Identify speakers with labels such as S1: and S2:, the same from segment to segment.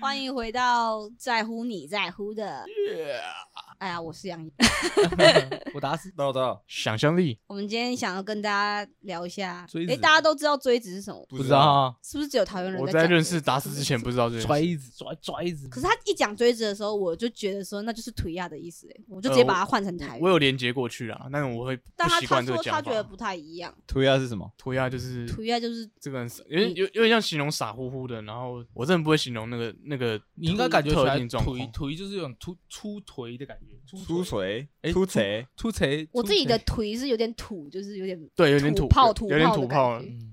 S1: 欢迎回到在乎你在乎的。哎呀，我是杨怡。
S2: 我打死。
S3: 到到
S2: 想象力
S1: 我们今天想要跟大家聊一下，
S3: 锥
S1: 哎、
S3: 子
S1: 大家都知道锥子是什么，
S3: 不
S2: 不知道，啊，
S1: 是不是只有台湾人
S2: 我
S1: 讲
S2: 在认
S1: 锥
S2: 识
S1: 子
S2: 打死之前不知道这件
S4: 拽
S2: 事。
S4: 椅子，拽拽椅子。
S1: 可是他一讲锥子的时候，我就觉得说那就是腿亚的意思、哎，我就直接把它换成台
S2: 呃
S1: 语。
S2: 我有连接过去啦，但是我会不
S1: 但他
S2: 习
S1: 他
S2: 惯这个
S1: 说他
S2: 讲
S1: 觉得
S2: 法。嗯
S1: 不太一样，
S3: 涂鸦是什么？
S2: 涂鸦就是
S1: 腿亚就是
S2: 这个人是，有点有有点像形容傻乎乎的，然后我真的不会形容那个那个，
S4: 你应该感觉出
S2: 特
S4: 来，
S2: 定状况
S4: 腿。腿就是有种突出腿的感觉，
S3: 秃
S4: 腿
S3: 锤
S4: 哎，
S3: 秃锤，
S4: 突锤。
S1: 我
S4: 突
S1: 自己的
S4: 锤，
S1: 腿是有点土，就是有点
S2: 对，有点土
S1: 炮
S2: 有
S1: 土
S2: 有点
S1: 炮的
S2: 土
S1: 感
S2: 炮
S1: 觉。
S4: 嗯，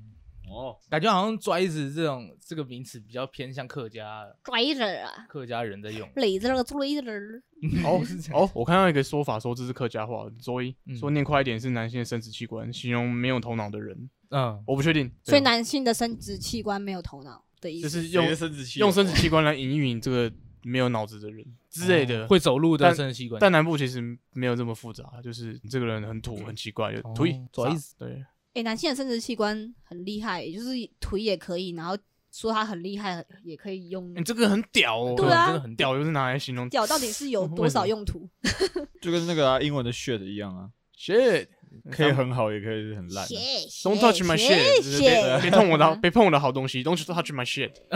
S3: 哦，
S4: 感觉好像拽椅子这种这个名词比较偏向客家
S1: 锥子啊，
S4: 客家人在 用。
S1: 垒子那个锥子，
S2: 哦
S4: 是这样
S2: 哦，我看到一个说法说这是客家话，周一
S4: 嗯
S2: 说念快一点是男性的生殖器官，形容没有头脑的人。
S4: 嗯，
S2: 我不确定，啊
S1: 所以男性的生殖器官没有头脑的意
S2: 就
S1: 思。
S2: 是用
S3: 生殖器
S2: 用生殖器官来隐喻你这个没有脑子的人之类的。
S4: 会走路的
S2: 但
S4: 生殖器官，
S2: 但南部其实没有这么复杂，就是你这个人很土很奇怪，就
S4: 哦
S2: 土
S4: 左一
S2: 傻对，
S1: 哎、男性的生殖器官很厉害，就是腿也可以，然后说他很厉害也可以用
S2: 你。这个很屌哦，
S1: 对啊
S4: 真的 很屌。
S2: 屌就是拿来形容
S1: 屌到底是
S2: 嗯
S1: 有多少用途？
S3: 就跟那个啊英文的 shit 一样啊，
S2: shit，
S3: 可以很好，也可以很烂啊。
S1: 谢谢
S2: Don't touch my
S1: 谢
S2: shit，就是别别
S1: 谢。啊
S2: 碰我的好，别碰我的好东西，Don't touch my
S1: 哦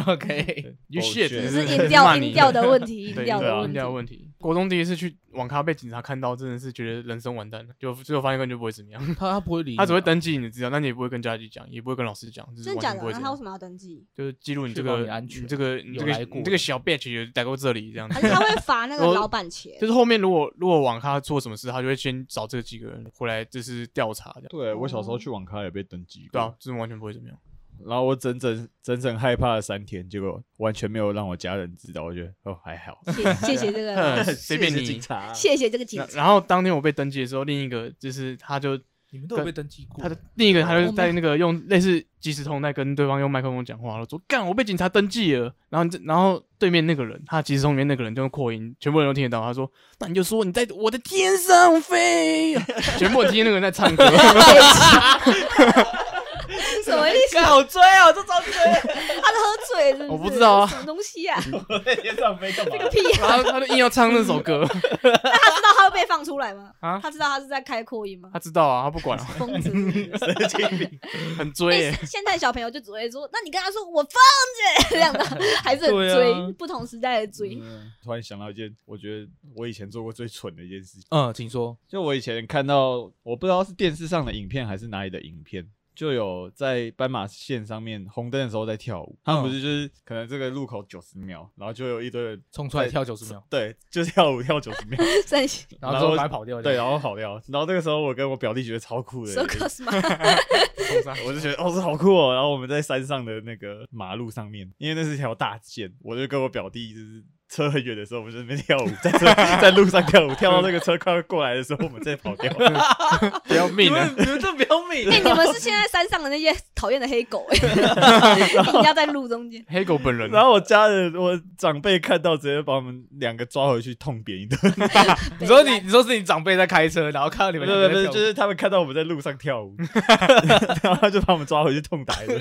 S2: shit，you
S4: OK，
S3: Oh,
S2: shit，
S3: shit
S1: 只
S2: 就是
S1: 音调
S2: 骂你
S1: 音调的问题，音
S2: 对
S1: 调
S2: 对
S1: 的
S2: 啊
S1: 问
S2: 音
S1: 题。
S2: 调的问题。国中第一次去网咖被警察看到，真的是觉得人生完蛋了，就最后发现根本就不会怎么样，
S4: 他他不会理你，啊
S2: 他只会登记你的资料，但你也不会跟家里讲，也不会跟老师讲，就是
S1: 真的
S2: 完
S1: 假
S2: 全
S1: 的
S2: 不？会
S1: 那
S2: 怎
S1: 他为
S2: 样
S1: 什。么要 登记？
S2: 就是记录你这
S4: 确保
S2: 个
S4: 你安全
S2: 你这个你
S4: 有
S2: 这个
S4: 来过
S2: 你这个小 bitch 有来过这里这样
S1: 还
S2: 子
S1: 是。他会罚那个
S2: 我
S1: 老板钱
S2: 就？是后面如果如果网咖做什么事，他就会先找这几个人回来，就是调查这样。
S3: 对我小时候去网咖也被登记
S2: 对
S3: 过
S2: 啊，，就是完全不会怎么样。
S3: 然后我整整整整害怕了三天，结果完全没有让我家人知道，我觉得哦还好，
S1: 谢谢谢这个老 板，
S2: 嗯随便
S3: 谢谢
S2: 你
S3: 警。 察，
S1: 谢谢这个警
S2: 然
S1: 察。
S2: 然后当天我被登记的时候，另一个就是他就
S4: 你们都有被登记过，
S2: 他的另一个他
S1: 我
S2: 就
S1: 没
S2: 在那个用类似即时通在跟对方用麦克风讲话，然后说干我被警察登记了。然后这然后对面那个人，他即时通里面那个人就用扩音，全部人都听得到。他说那你就说你在我的天上飞，全部人听见那个人在唱歌。
S1: 什么意思？
S4: 好追哦，这招追，
S1: 他在喝醉是不是？
S2: 我不知道啊
S1: 什么东西啊？
S4: 我在天上飞干嘛？
S1: 屁啊！
S2: 然后他就硬要唱那首歌，
S1: 那他知道他会被放出来吗？
S2: 啊
S1: 他知道他是在开扩音吗
S2: 他？知道啊，他不管啊，
S1: 疯子是 不是！
S2: 很追、
S1: 欸
S2: 欸。
S1: 现在小朋友就只会说，那你跟他说我放着这样的，还是很
S4: 对
S1: 追、
S4: 啊
S1: 不同时代的追。
S3: 嗯突然想到一件，我觉得我以前做过最蠢的一件事情，
S4: 嗯，请说。
S3: 就我以前看到，我不知道是电视上的影片还是哪里的影片，就有在斑马线上面红灯的时候在跳舞，他们不
S4: 嗯
S3: 是就是可能这个路口九十秒，然后就有一堆人
S4: 冲出来
S3: 在
S4: 跳90秒，
S3: 对，就跳舞跳九十 秒，
S1: 三星
S4: 然后
S3: 然
S4: 之后
S3: 后
S4: 赶快跑掉。
S3: 对，然后跑掉，然后那个时候我跟我表弟觉得超酷的，
S1: circus 吗？
S3: 我就觉得哦，这好酷哦。然后我们在山上的那个马路上面，因为那是一条大线，我就跟我表弟就是车很远的时候，我们就在那边跳舞，在 车在路上跳舞，跳到那个车快要过来的时候，我们再跑掉。
S2: 不要命啊 了、
S4: 你们这不要命
S1: 哎、你们是现在山上的那些讨厌的黑狗、欸，一定要在路中间。
S2: 黑狗本 人，
S3: 然后我家人、我长辈看到，直接把我们两个抓回去痛扁一顿。
S4: 你说你，你说是你长辈在开车，然后看到你
S3: 不
S4: 们
S3: 是
S4: 两个
S3: 不
S4: 在
S3: 是，
S4: 跳舞
S3: 就是他们看到我们在路上跳 舞，然后就把我们抓回去痛打一顿。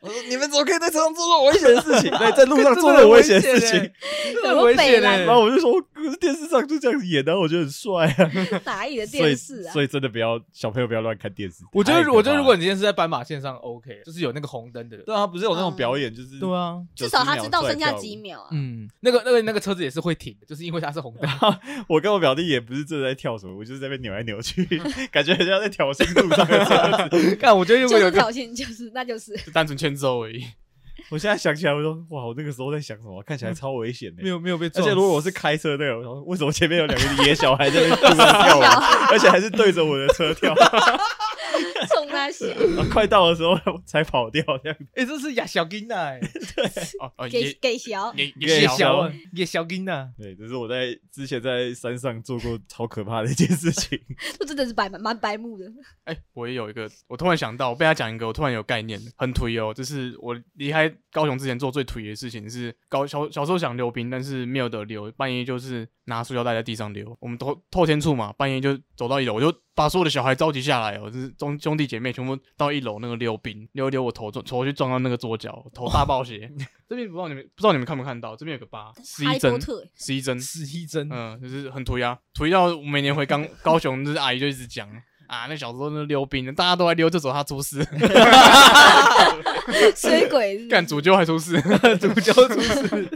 S3: 我说你们怎么可以在车上做这种危险的 事情？对， 在路上做这种危险 的事情。，
S4: 真的
S1: 有
S4: 很
S1: 个
S4: 危
S1: 北
S4: 险
S1: 兰
S4: 欸
S3: 然后我就说，可是电视上就这样演的，我觉得很帅啊。
S1: 哪里的
S3: 所以
S1: 电视啊
S3: 所？以真的不要小朋友不要乱看电视。
S4: 我觉得
S3: 太可怕
S4: 如，
S3: 了
S4: 我觉得如果你今天是在斑马线上，OK，就是有那个红灯的，
S3: 对啊，不是有那
S1: 嗯
S3: 种表演，就是
S4: 对啊，
S1: 至少他知道剩下几
S3: 秒。
S1: 秒啊。
S4: 嗯，那个那个那个车子也是会停的，就是因为它是红灯。
S3: 我跟我表弟也不是真的在跳什么，我就是在那边扭来扭去， 感觉人家在挑衅路上的车子。
S4: 看，我觉得如
S1: 就
S4: 果有
S1: 是
S4: 个
S1: 挑衅，就是 那就是
S2: 就单纯欠揍而已。
S3: 我现在想起来，我说哇，我那个时候在想什么，看起来超危险的、
S4: 没有没有被
S3: 而
S4: 撞
S3: 且
S4: 死，
S3: 如果我是开车那个，我想说为什么前面有两个野小孩在 那边路上跳舞，而且还是对着我的车跳，
S1: 冲他笑，
S3: 然后快到的时候才跑掉这样。
S4: 哎，这是呀小金呐， 哎
S2: 哦哦，
S1: 给
S2: 也
S1: 给小。
S2: 也
S3: 给
S2: 也小，
S3: 小
S4: 啊也小金呐，
S3: 对，这是我在之前在山上做过超可怕的一件事情。
S1: 这真的是白蛮蛮白目的。
S2: 哎、我也有一个，我突然想到，我被他讲一个，我突然有概念了，很颓哦。就是我离开高雄之前做最颓的事情是高小小时候想溜冰，但是没有得溜，半夜就是拿塑胶袋在地上溜。我们透透天处嘛，半夜就走到一楼，我就把所有的小孩召集下来哦，就是兄兄弟姐妹全部到一楼那个溜冰，溜一溜我头撞头去撞到那个桌角，头大爆 血。这边不知道你们不知道你们看没看到，这边有个疤，十
S1: 哈
S2: 一
S1: 利波
S2: 针，
S1: 特欸
S2: 十一针，
S4: 十 一针，
S2: 嗯，就是很颓啊，颓到我每年回刚高雄，就是阿姨就一直讲啊，那小时候那溜冰，大家都在溜，就走他出事，
S1: 水鬼是不是
S2: 干主教还出事，主教出事，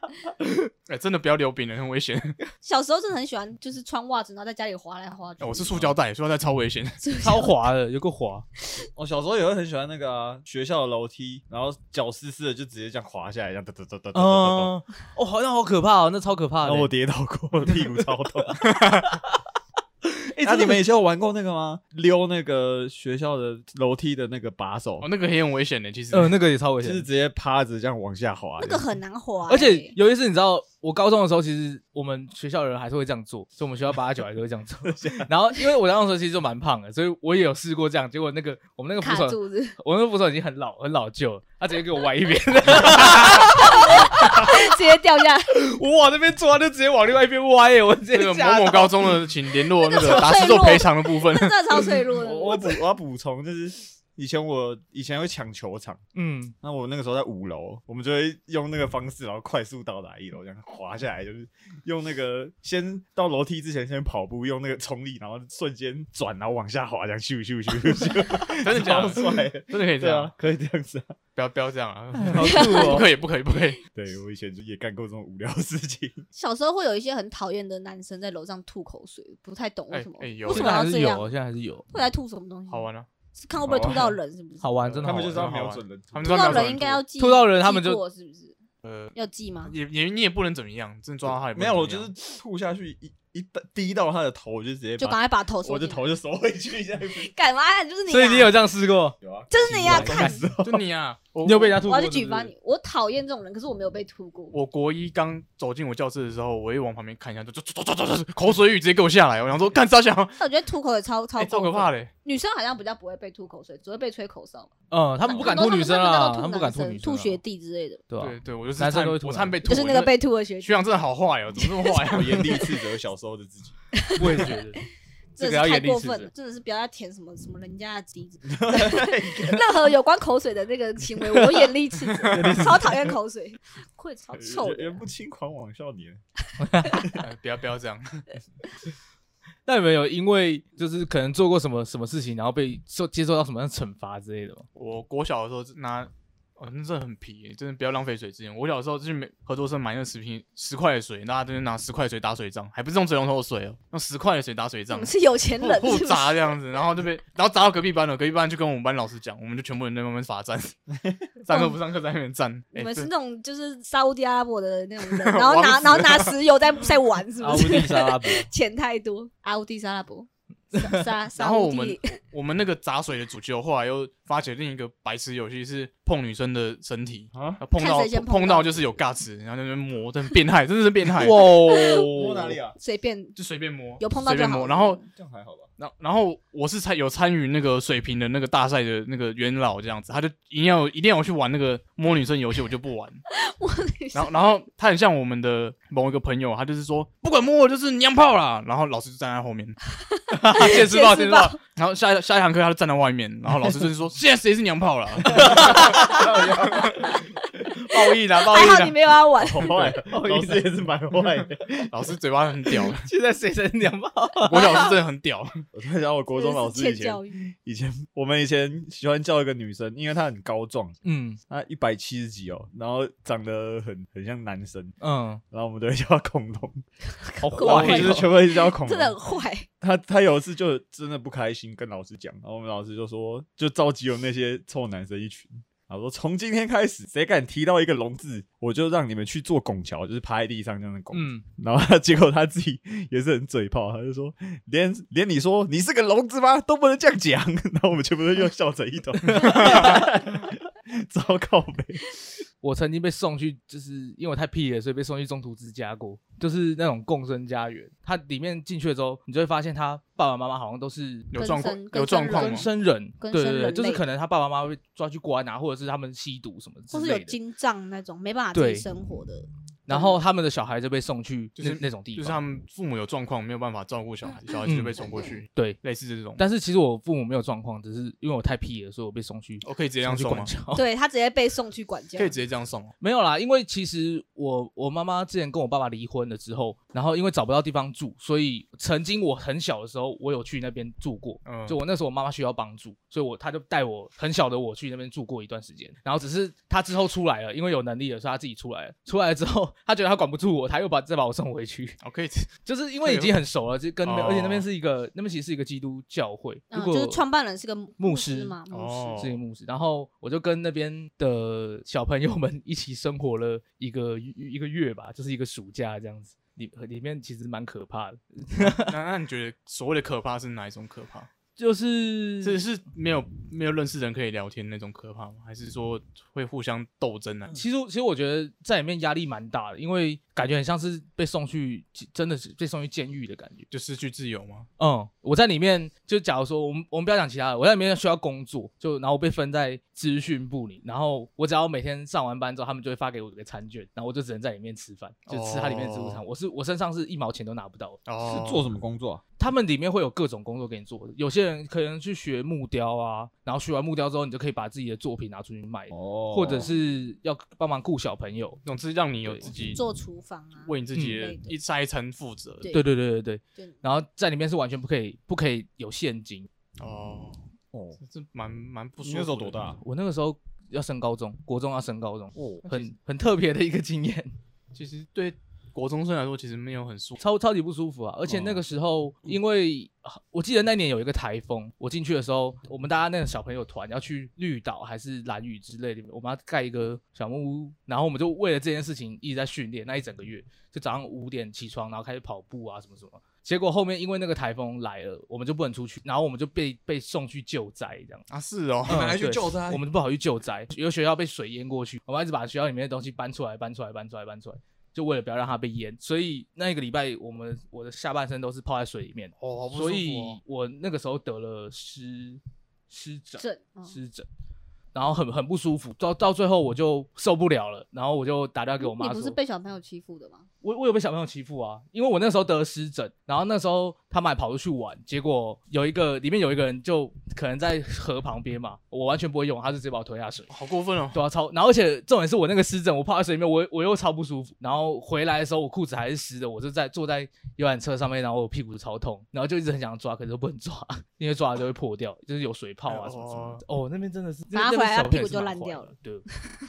S2: 哎、真的不要溜冰了，很危险。
S1: 小时候真的很喜欢，就是穿袜子，然后在家里滑来滑去。
S2: 哎我是塑胶袋，塑胶袋超危险。
S4: 超滑的，有个滑，
S3: 我小时候也会很喜欢那个啊，学校的楼梯，然后脚湿湿的就直接这样滑下来，这样哒哒哒哒哒哒哒。
S4: 嗯， 哦，好像好可怕哦，那超可怕
S3: 然
S4: 的
S3: 后。我跌倒过， 我屁股超痛。
S4: 哎，
S3: 那
S4: 这
S3: 你
S4: 个
S3: 们以前有玩过那个吗？溜那个学校的楼梯的那个把手
S2: 哦，，那个也很危险的，其实。
S4: 呃，那个也超危
S3: 就是
S4: 险。
S3: 直接趴着这样往下滑。
S1: 那个很难滑欸，
S4: 而且有一次，你知道，我高中的时候，其实我们学校的人还是会这样做，所以我们学校八九还是会这样做。 然后，因为我那时候其实就蛮胖的，所以我也有试过这样。结果那个我们那个
S1: 卡
S4: 扶手，
S1: 住是
S4: 我那个扶手已经很老很老旧了，他直接给我歪一边，
S1: 直接掉 下来，
S4: 我往那边坐，他就直接往另外一边歪耶，我直接
S2: 那个
S4: 吓到
S2: 某某高中的，请联络那个达斯
S1: 脆
S2: 做
S1: 弱
S2: 赔偿的 部分。
S1: 真的超 脆弱的。
S3: 我我补我要补充，就是以前我以前会抢球场，
S4: 嗯，
S3: 那我那个时候在五楼，我们就会用那个方式，然后快速到达一楼，这样滑下来，就是用那个先到楼梯之前先跑步，用那个冲力，然后瞬间转，然后往下滑，这样咻咻咻咻咻，
S2: 真的假的
S3: 超帅的？
S2: 真的可以这
S3: 对
S2: 样
S3: 啊？，可以这样子啊。
S2: 不要不要这样啊！
S4: 好酷
S2: 不
S4: 哦。
S2: 可以，不可以，不可以！
S3: 对我以前就也干过这种无聊的事情，
S1: 小时候会有一些很讨厌的男生在楼上吐口水，不太懂为什么，
S2: 哎哎有
S1: 为什
S4: 现
S1: 么
S4: 在还
S1: 要
S4: 是
S1: 这
S4: 有
S1: 样？
S4: 哦，现在还是有，
S1: 会来吐什么东西？
S2: 好玩啊！
S1: 是看会不会吐到人，是不是？
S4: 好玩，真的
S3: 他
S4: 好
S3: 们就
S4: 玩。
S3: 是
S2: 真的
S3: 要
S2: 好
S3: 瞄
S2: 玩
S3: 准人。
S2: 他们
S1: 吐
S2: 知道
S1: 到
S2: 瞄准
S1: 人应该要记，
S4: 吐到人他们就
S1: 记过是不是
S2: 呃，
S1: 要记吗？
S2: 也也你也不能怎么样，真的抓到他也不
S3: 没
S2: 能
S3: 有，我
S2: 怎么
S3: 就
S2: 样
S3: 是吐下去一一滴到他的头，我就直接
S1: 就
S3: 把
S1: 赶快把头收
S3: 我的
S1: 进来。
S3: 头就收回去这样子。
S1: 干嘛？就是你啊，
S4: 所以你有这样试过？
S3: 有啊，
S1: 就是你啊！
S3: 我
S1: 看，
S3: 时候
S2: 就你啊，我
S4: 你有被人家吐
S1: 我
S4: 过？
S1: 要去举
S4: 是不
S1: 报
S4: 是
S1: 你。我讨厌这种人，可是我没有被吐过。
S2: 我国一刚走进我教室的时候，我一往旁边看一下，就就就就就就口水雨直接给我下来，我想说干啥想，
S1: 但我觉得吐口水超超
S2: 哎，超可怕嘞！
S1: 女生好像比较不会被吐口水，只会被吹口哨。
S4: 嗯，他们不敢吐女生啊，他们不敢
S1: 吐
S4: 吐
S1: 男
S4: 女
S1: 生
S4: 生啊，
S1: 吐学弟之类的，
S4: 对吧？啊
S2: 对对，我就是
S4: 男生
S2: 差
S4: 都会
S2: 点
S4: 吐
S2: 我
S4: 啊
S2: 差点被吐，
S1: 就是那个
S2: 我
S1: 被吐的学
S2: 学
S1: 弟，
S2: 长真的好坏哦，怎么这么坏啊？
S3: 我严厉斥责小时候的自己。
S4: 我也觉得。啊
S1: 真
S4: 这个
S1: 的
S4: 要
S1: 是太
S4: 严厉
S1: 过
S4: 制
S1: 分
S4: 止
S1: 了，真的是不要再舔什么什么人家的笛子，任何有关口水的那个行为，我眼力斥责，超讨厌口水，会超臭的。
S3: 人不轻狂枉少年。
S2: 哎 不要不要这样，
S4: 那你们有因为就是可能做过什么什么事情，然后被受接受到什么样的惩罚之类的吗？
S2: 我国小的时候是拿，哦，那真的很皮耶，真的不要浪费水资源。我小时候就是每合作社买那个十瓶十块的水，大家就拿十块的水打水仗，还不是用水龙头的水哦，用十块的水打水
S1: 我
S2: 仗
S1: 们，是有 钱
S2: 互
S1: 人，
S2: 互
S1: 是不是
S2: 砸这样子，然后就被 然后砸到隔壁班了，隔壁班就跟我们班老师讲，我们就全部人在那边罚 站，上课不上课在那边站。
S1: 哦你
S2: 哎，
S1: 们是
S2: 对
S1: 那种就是沙烏地阿拉伯的那种人，然后拿然后拿石油在在玩，是
S2: 啊
S4: 阿
S1: 不
S4: 乌
S1: 是？
S4: 地沙拉伯，
S1: 钱太多，阿乌地沙拉伯，沙沙
S2: 然
S1: 沙
S2: 后
S1: 乌
S2: 我们
S1: 地，
S2: 我们那个砸水的主角后来又发起另一个白痴游戏，是碰女生的身体
S3: 啊，
S2: 碰到
S1: 哦看谁先碰
S2: 碰
S1: 到
S2: 到就是有尬词，然后在那边磨，真的变态，真的是变态。
S3: 哦
S4: 哇
S3: 摸哪里？啊？
S1: 随便
S2: 就随便摸，
S1: 有碰到
S2: 随
S1: 就
S2: 便
S1: 好。
S2: 摸。然后，
S3: 这样还好吧？
S2: 然后然后我是参有参与那个水平的那个大赛的那个元老这样子，他就一定要一定要我去玩那个摸女生游戏，我就不 玩。
S1: 我
S2: 然后然后他很像我们的某一个朋友，他就是说不管摸我就是娘炮啦。然后老师就站在后面， 现世报现
S1: 现世
S2: 世
S1: 报
S2: 报。然后下一下一堂课他就站在外面，然后老师就是 说现在谁是娘炮啦？ 报应啊啦，报
S1: 还
S2: 应
S1: 好
S2: 啦！
S1: 你没有要玩，
S3: 好坏，哦老师也是蛮坏的。
S2: 老师嘴巴很屌，
S4: 现在谁生娘 炮？
S2: 我老师真的很屌。
S3: 我突然想到，我国中老师
S1: 真
S3: 以
S1: 的是欠教
S3: 前，
S1: 育，
S3: 以前我们以前喜欢叫一个女生，因为她很高壮，
S4: 嗯
S3: 她一百七十几哦，然后长得很很像男生，
S4: 嗯，
S3: 然后我们都会叫她恐龙，
S4: 好
S1: 恐龙
S4: 坏
S1: 哎
S3: 就
S1: 呦
S3: 是全部都是叫她恐
S1: 真
S3: 龙
S1: 的。很坏。
S3: 她她有一次就真的不开心，跟老师讲，然后我们老师就说，就召集我们那些臭男生一群。然后说从今天开始，谁敢提到一个“龙”字，我就让你们去做拱桥，就是趴在地上这样的拱。
S4: 嗯，
S3: 然后他结 果他自己也是很嘴炮，他就说连连你说你是个聋子吗都不能这样讲， 然后我们全部都又笑成一 团，糟糕呗！
S4: 我曾经被送去，就是因为我太屁了，所以被送去中途之家过，就是那种共生家园。它里面进去的时候，你就会发现他爸爸妈妈好像都是
S2: 有状况
S1: 更深，
S2: 有状况
S4: 更
S2: 吗？
S4: 生人，对
S1: 更
S4: 对
S1: 生
S4: 对，
S1: 人
S4: 就是
S1: 类
S4: 可能他爸爸妈妈被抓去关啊，或者是他们吸毒什么之
S1: 或是有
S4: 类的。
S1: 金藏那种没办法自己
S4: 对
S1: 生活的，
S4: 然后他们的小孩就被送去
S2: 就
S4: 那
S2: 是
S4: 那种地
S2: 就是他
S4: 方。
S2: 们父母有状况，没有办法照顾小孩，
S5: 嗯
S2: 小孩子就被送过去，
S4: 对，
S2: 类似这种。
S4: 但是其实我父母没有状况，只是因为我太屁了，所以我被送去
S2: 我可以直接这
S4: 送
S2: 样
S4: 去
S2: 送
S4: 管
S2: 吗？
S4: 教。
S1: 对他直接被送去管教
S2: 可以，直接这样送吗？哦
S4: 没有啦，因为其实我我妈妈之前跟我爸爸离婚了之后，然后因为找不到地方住，所以曾经我很小的时候，我有去那边住过。
S2: 嗯，
S4: 就我那时候我妈妈需要帮助，所以我她就带我很小的我去那边住过一段时间。然后只是她之后出来了，因为有能力了，所以她自己出来了。出来了之后，她觉得她管不住我，她又把再把我送回去，
S2: 我可以直，
S4: 就是因为已经很熟了，就跟那边
S2: 哦
S4: 而且那边是一个那边其实是一个基督教会，
S1: 嗯
S4: 如
S1: 就
S4: 果
S1: 是创办人是个
S4: 牧
S1: 师
S4: 师
S1: 嘛，牧师。
S2: 哦
S4: 是一个牧师，然后我就跟那边的小朋友们 一起生活了一个一个月吧，就是一个暑假这样子。里里面其实蛮可怕的，
S2: 那那你觉得所谓的可怕是哪一种可怕？
S4: 就是
S2: 是是没有没有认识人可以聊天那种可怕吗？还是说会互相斗争啊？
S4: 其实其实我觉得在里面压力蛮大的，因为感觉很像是被送去，真的是被送去监狱的感觉。
S2: 就失去自由吗？
S4: 嗯，我在里面就假如说我们我们不要讲其他的，我在里面需要工作，就然后我被分在资讯部里，然后我只要每天上完班之后，他们就会发给我一个餐券，然后我就只能在里面吃饭，就吃它里面的自助餐。
S2: 哦
S4: 我是我身上是一毛钱都拿不到的，
S2: 哦
S5: 是做什么工作啊？
S4: 他们里面会有各种工作给你做，有些人可能去学木雕啊，然后学完木雕之后，你就可以把自己的作品拿出去卖，
S5: 哦，
S4: 或者是要帮忙顾小朋友。
S2: 总之让你有自己
S1: 做厨房啊，
S2: 为你自己的
S1: 嗯
S2: 一下一餐负责。
S1: 对
S4: 对对对对
S1: 对
S4: 对，然后在里面是完全不可以不可以有现金。
S2: 哦，
S5: 哦，
S2: 这这蛮蛮不舒
S5: 你
S2: 服。
S5: 那时候多大？？啊
S4: 我那个时候要升高中，国中要升高中，
S5: 哦，
S4: 很很特别的一个经验，
S5: 啊
S2: 其实对国中生来说，其实没有很舒服。
S4: 超超级不舒服啊！而且那个时候，因为啊我记得那年有一个台风，我进去的时候，我们大家那个小朋友团要去绿岛还是蓝屿之类的，我们要盖一个小木屋，然后我们就为了这件事情一直在训练，那一整个月就早上五点起床，然后开始跑步啊什么什么。结果后面因为那个台风来了，我们就不能出去，然后我们就被被送去救灾这样。
S2: 啊，是哦，
S4: 嗯
S5: 拿去
S4: 对
S5: 救灾
S4: 我们不好去救灾，有学校被水淹过去，我们一直把学校里面的东西搬出来、搬出来、搬出来、搬出来，就为了不要让它被淹。所以那一个礼拜，我们我的下半身都是泡在水里面，
S2: 哦，好不舒服哦
S4: 所以我那个时候得了湿湿疹，
S1: 正嗯
S4: 湿疹，然后很很不舒服，到到最后我就受不了了，然后我就打电话给我
S1: 你
S4: 妈
S1: 不
S4: 说
S1: 是，被小朋友欺负的吗？
S4: 我我有被小朋友欺负啊，因为我那时候得了湿疹，然后那时候他们还跑出去玩，结果有一个里面有一个人就可能在河旁边嘛，我完全不会用，他就直接把我推下水。
S2: 好过分哦。
S4: 对啊，超，然后而且重点是我那个湿疹，我泡在水里面，我我又超不舒服。然后回来的时候，我裤子还是湿的，我就在坐在游览车上面，然后我屁股超痛，然后就一直很想抓，可是都不能抓，因为抓了就会破掉，就是有水泡啊什么什么的。哦，那边真的是，
S1: 拿
S4: 那
S1: 回
S4: 边
S1: 来
S4: 小朋友
S1: 屁
S4: 也是
S1: 股就
S4: 蛮
S1: 烂
S4: 坏
S1: 掉
S4: 的
S1: 了，
S4: 对，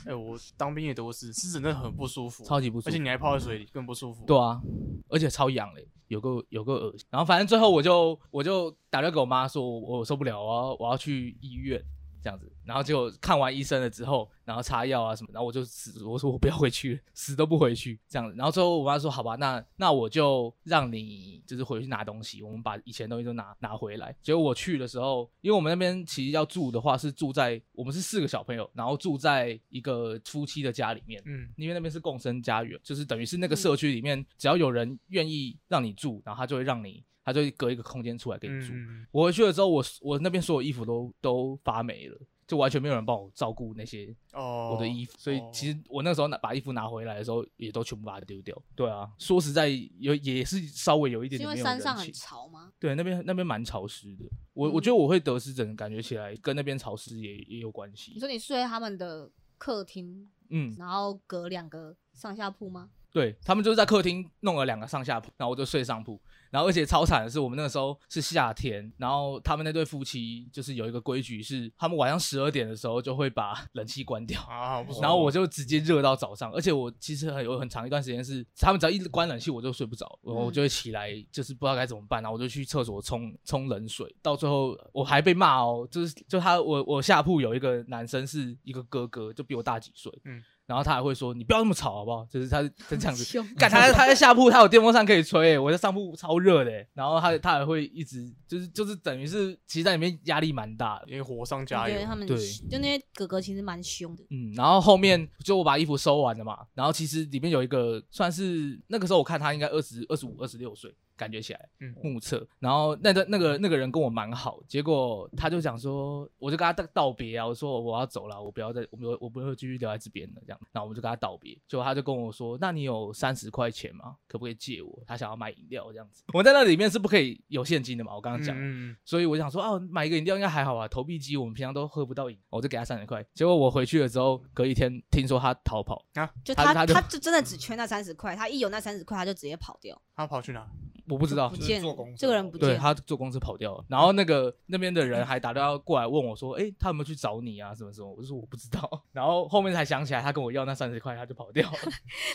S2: 哎，我当兵也得过湿，湿疹真的很不舒服，
S4: 超级不舒
S2: 而
S4: 服
S2: 且。你还泡在水里，更不舒服。
S4: 对啊，而且超痒嘞、有个有个恶心。然后反正最后我就我就打电话给我妈说，我我受不了，我要我要去医院这样子。然后结果看完医生了之后，然后擦药啊什么，然后我就死我说我不要回去， 死都不回去这样子。然后最后我妈说，好吧，那那我就让你就是回去拿东西，我们把以前的东西都拿拿回来。结果我去的时候，因为我们那边其实要住的话是住在我们是四个小朋友，然后住在一个夫妻的家里面，
S2: 嗯，
S4: 因为那边是共生家园，就是等于是那个
S1: 嗯
S4: 社区里面，只要有人愿意让你住，然后他就会让你，他就会隔一个空间出来给你住。
S2: 嗯
S4: 我回去了之后，我我那边所有衣服都都发霉了，就完全没有人帮我照顾那些
S2: 哦，
S4: 我的衣服，所以
S2: 哦
S4: 其实我那时候拿把衣服拿回来的时候，也都全部把它丢掉。对啊，说实在有也是稍微有一
S1: 是
S4: 点
S1: 因
S4: 点
S1: 为
S4: 没有
S1: 山上很
S4: 人情
S1: 潮吗？
S4: 对，那边那边蛮潮湿的。我、我
S1: 嗯
S4: 觉得我会得湿疹，感觉起来跟那边潮湿也也有关
S1: 你
S4: 系。
S1: 说你睡他们的客厅，
S4: 嗯，
S1: 然后隔两个上下铺吗？，
S4: 对他们就是在客厅弄了两个上下铺，然后我就睡上铺。然后而且超惨的是，我们那个时候是夏天，然后他们那对夫妻就是有一个规矩是，他们晚上十二点的时候就会把冷气关掉。
S2: 啊，好不舒服
S4: 然后我就直接热到早上，而且我其实很有很长一段时间是，他们只要一关冷气我就睡不着，我我就会起来，就是不知道该怎么办，然后我就去厕所冲冲冷水，到最后我还被骂哦，就是就他我我下铺有一个男生是一个哥哥，就比我大几岁，
S2: 嗯
S4: 嗯，然后他还会说你不要那么吵好不好，就是他他这样子
S1: 凶
S4: 干他他在下铺，他有电风扇可以吹、欸我在上铺超热的、欸然后他他还会一直就是就是等于是其实在里面压力蛮大的。
S2: 也火上
S1: 我
S2: 加
S1: 觉得
S2: 油。
S1: 他们
S4: 对
S1: 就那些哥哥其实蛮凶的，
S4: 嗯，然后后面就我把衣服收完了嘛，然后其实里面有一个算是那个时候我看他应该二十二十五二十六岁，感觉起来，
S2: 嗯
S4: 目测。然后那个那个那个人跟我蛮好，结果他就讲说，我就跟他道道别啊，我说我要走了，我不要再我不我不会继续留在这边了这样。然后我们就跟他道别，结果他就跟我说，那你有三十块钱吗？可不可以借我？他想要买饮料这样子。我们在那里面是不可以有现金的嘛，我刚刚讲。
S2: 嗯，嗯
S4: 所以我想说，啊，买一个饮料应该还好吧，投币机我们平常都喝不到饮，我就给他三十块。结果我回去了之后，隔一天听说他逃跑，
S1: 就
S4: 他
S1: 他
S4: 他
S1: 他
S4: 就
S1: 就真的只缺那三十块，他一有那三十块他就直接跑掉，
S2: 他跑去哪？
S4: 我不知道
S1: 不，
S3: 就是
S1: 见
S3: 做工作
S1: 这个人不
S4: 对
S1: 见，
S4: 他坐公司跑掉了。然后那个那边的人还打电话过来问我说，哎、他有没有去找你啊？什么什么？我就说我不知道。然后后面才想起来，他跟我要那三十块，他就跑 掉了。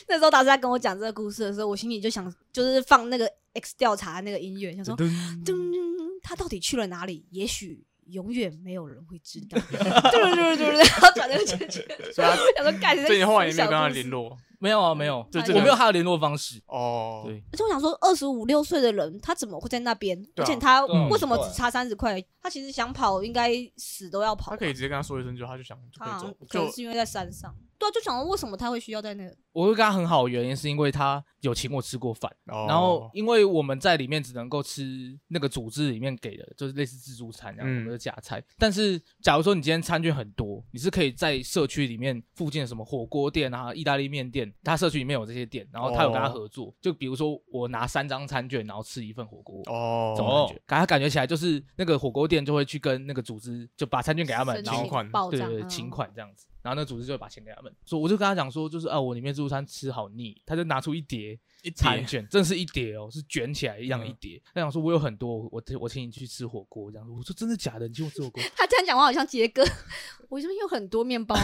S1: 那时候导师在跟我讲这个故事的时候，我心里就想，就是放那个 X 调查那个音乐，想说噔噔，他到底去了哪里？也许永远没有人会知 道。 对对对对，然后转那个圈圈，
S2: 所以他
S1: 想说干。
S2: 所以你后来也没有
S1: 小
S2: 跟他
S1: 故事
S2: 联。 络
S4: 没有啊，没有，
S2: 就
S1: 这
S4: 我
S1: 个
S4: 没有他的联络方式。
S2: 哦。
S4: 对，
S1: 而且我想说，二十五六岁的人，他怎么会在那边？
S2: 对啊
S1: 而且他
S4: 对啊
S1: 为什么只差三十块？他其实想跑，应该死都要跑
S2: 他
S1: 吧。
S2: 可以直接跟他说一声，就他就想就可以
S1: 啊
S2: 走，，
S1: 可能
S2: 就是
S1: 因为在山上。对啊，就想说为什么他会需要在那？
S4: 我会跟他很好，原因是因为他有请我吃过饭。然
S2: 然
S4: 后因为我们在里面只能够吃那个组织里面给的，就是类似自助餐这啊样，
S2: 嗯
S4: 我们的假菜。但是假如说你今天餐券很多，你是可以在社区里面附近的什么火锅店啊、意大利面店，它社区里面有这些店，然后他有跟他
S2: 哦
S4: 合作，就比如说我拿三张餐券，然后吃一份火锅。
S2: 哦
S4: 这种感觉，感他感觉起来就是那个火锅店就会去跟那个组织就把餐券给他们，
S1: 申
S4: 然
S1: 请
S4: 后
S2: 请款
S1: 报
S4: 对
S1: 账
S4: 对，
S1: 啊
S4: 对，请款这样子。然后那个组织就会把钱给他们，所以我就跟他讲说，就是啊，我里面自助餐吃好腻，他就拿出一叠
S2: 一
S4: 餐
S2: 餐
S4: 卷，真的是一叠哦，是卷起来一样
S2: 嗯
S4: 一叠。他想说，我有很多，我我请你去吃火锅这样子。我说真的假的？你请我吃火锅？
S1: 他这样讲话好像杰哥， 我这边有很多面包，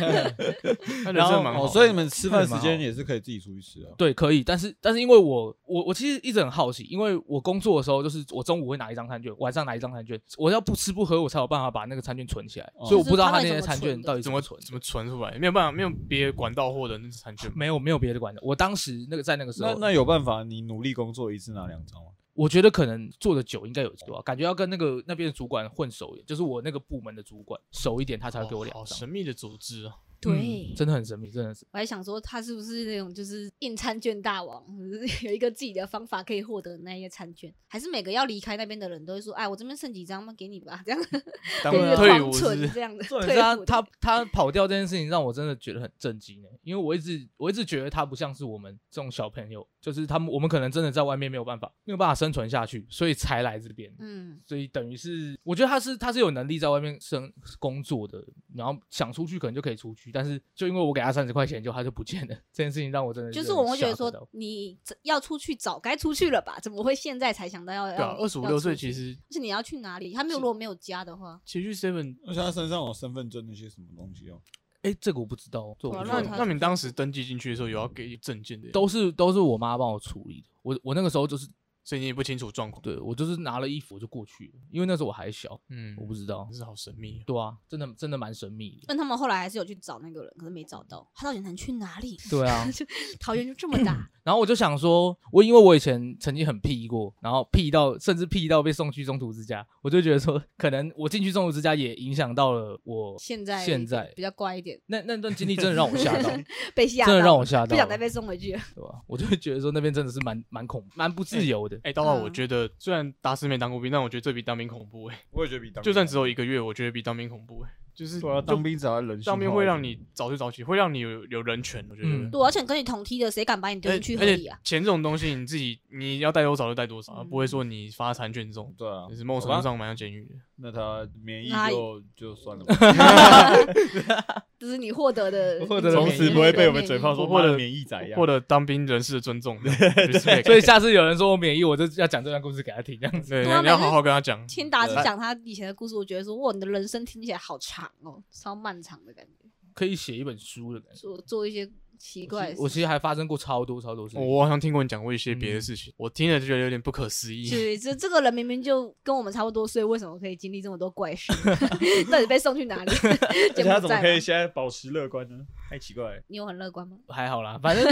S2: 他人
S4: 然后
S2: 真的蛮好
S4: 哦
S2: 的，
S4: 对
S3: 所以你们吃饭时
S4: 那也蛮
S3: 间
S4: 好
S3: 也是可以自己出去吃啊。
S4: 对，可以，但是但是因为我我我其实一直很好奇，因为我工作的时候就是我中午会拿一张餐券，晚上拿一张餐券，我要不吃不喝，我才有办法把那个餐券存起来，
S3: 哦
S4: 所以我不知道
S1: 就是他们
S4: 他那
S1: 怎么
S4: 些餐券
S1: 存的
S4: 到底
S2: 怎
S4: 么
S2: 么
S4: 存的。
S2: 怎么传出来？没有办法，没有别的管道获得那是残缺吗。
S4: 没有没有别的管道，我当时那个在那个时
S3: 那
S4: 候，
S3: 那有办法，你努力工作一次拿两张吗？
S4: 我觉得可能做的久应该有多少，感觉要跟那个那边的主管混熟一点，就是我那个部门的主管熟一点，他才会给我
S2: 哦
S4: 两
S2: 好
S4: 张。
S2: 神秘的组织啊！
S1: 对
S4: 嗯，真的很神秘，真的是。
S1: 我还想说他是不是那种就是印餐券大王，就是有一个自己的方法可以获得那些餐券，还是每个要离开那边的人都会说，哎，我这边剩几张吗？给你吧，这 样
S3: 当
S1: 就是
S3: 然啊
S2: 退伍
S1: 狂
S2: 是不
S1: 存
S2: 是
S1: 这样的。
S4: 重
S1: 对
S4: 点是他他他跑掉这件事情让我真的觉得很震惊呢、欸因为我一直我一直觉得他不像是我们这种小朋友，就是他们我们可能真的在外面没有办法没有办法生存下去，所以才来这边。
S1: 嗯，
S4: 所以等于是，我觉得他是他是有能力在外面生工作的，然后想出去可能就可以出去，但是就因为我给他三十块钱，就他就不见了，这件事情让我真的
S1: 就是我们会觉得
S4: 吓到
S1: 说，你这要出去早该出去了吧？怎么会现在才想到要？
S2: 对啊，二十五六岁其
S1: 实，
S2: 实
S1: 而且你要去哪里？他没有如果没有家的话，
S2: 其实去 seven，
S3: 而且他身上有身份证那些什么东西哦。
S4: 哎、这个我不知道，这我不
S1: 好
S4: 知
S1: 那
S4: 道
S2: 那
S1: 他
S2: 那你当时登记进去的时候有要给证件的，
S4: 都是都是我妈帮我处理的，我我那个时候就是
S2: 所以你也不清楚状况。
S4: 对我就是拿了衣服就过去了，因为那时候我还小，
S2: 嗯，
S4: 我不知道
S2: 真，是好神秘啊。
S4: 对啊，真的真的蛮神秘 的，
S1: 但他们后来还是有去找那个人，可是没找到。他到底能去哪里？
S4: 对啊，
S1: 桃园就这么 大，
S4: 然后我就想说，我因为我以前曾经很屁过，然后屁到甚至屁到被送去中途之家，我就觉得说，可能我进去中途之家也影响到了我
S1: 现在
S4: 现在
S1: 比较乖一点，
S4: 那那段经历真的让我吓到，真
S1: 被 吓到
S4: 的
S1: 了，
S4: 让我吓
S1: 不
S4: 到
S1: 想
S4: 了，
S1: 再被送回去了。
S4: 对吧？我就会觉得说那边真的是蛮蛮恐蛮不自由的。
S2: 哎，刀刀，我
S1: 嗯
S2: 觉得虽然达斯没当过兵，但我觉得这比当兵恐怖哎。
S3: 我也觉得比当
S2: 就算只有一个月，我觉得比当兵恐怖哎。就是
S3: 对啊，当
S2: 就
S3: 兵只要人性化
S2: 当
S3: 一点
S2: 兵会让你早睡早起，会让你有有人权，我觉得
S4: 嗯。
S1: 对，而且跟你同梯的，谁敢把你
S4: 哎
S1: 丢
S2: 而
S1: 进去
S2: 且
S1: 河
S2: 而
S1: 里
S2: 且
S1: 啊？
S2: 钱这种东西，你自己你要带多少就带多少，啊
S1: 嗯
S2: 不会说你发残卷这种，
S3: 对啊
S2: 也，是某种程度上蛮像监狱的。
S3: 那他免疫
S1: 那他
S3: 就就算 了吧，
S1: 这是你获得的，
S4: 获得的
S3: 从
S4: 免疫
S3: 此不会被我们
S1: 免疫
S3: 嘴炮说
S2: 或者
S3: 妈的免疫仔一样
S2: 获。得当兵人士的尊重，这样 respect
S4: 所以下次有人说我免疫，我就要讲这段故事给他听，这样子。
S2: 对，
S1: 对啊
S2: 你要
S1: 每次
S2: 好好跟他讲。
S1: 听达子
S4: 哎
S3: 对
S1: 讲他以前的故事，我觉得说哇，你的人生听起来好长哦，超漫长的感觉，
S4: 可以写一本书的感觉。
S1: 做做一些奇怪的
S4: 我
S1: 事，
S4: 其实还发生过超多超多事情。
S2: 我好像听过你讲过一些别的事情，我听了就觉得有点不可思议。
S1: 对，这这个人明明就跟我们差不多岁，为什么可以经历这么多怪事？ 到底被送去哪里？
S3: 而且
S1: 柬
S3: 他
S1: 埔
S3: 怎么
S1: 寨
S3: 可以
S1: 吗？
S3: 现在保持乐观呢？太奇怪了。
S1: 你有很乐观吗？
S4: 还好啦，反正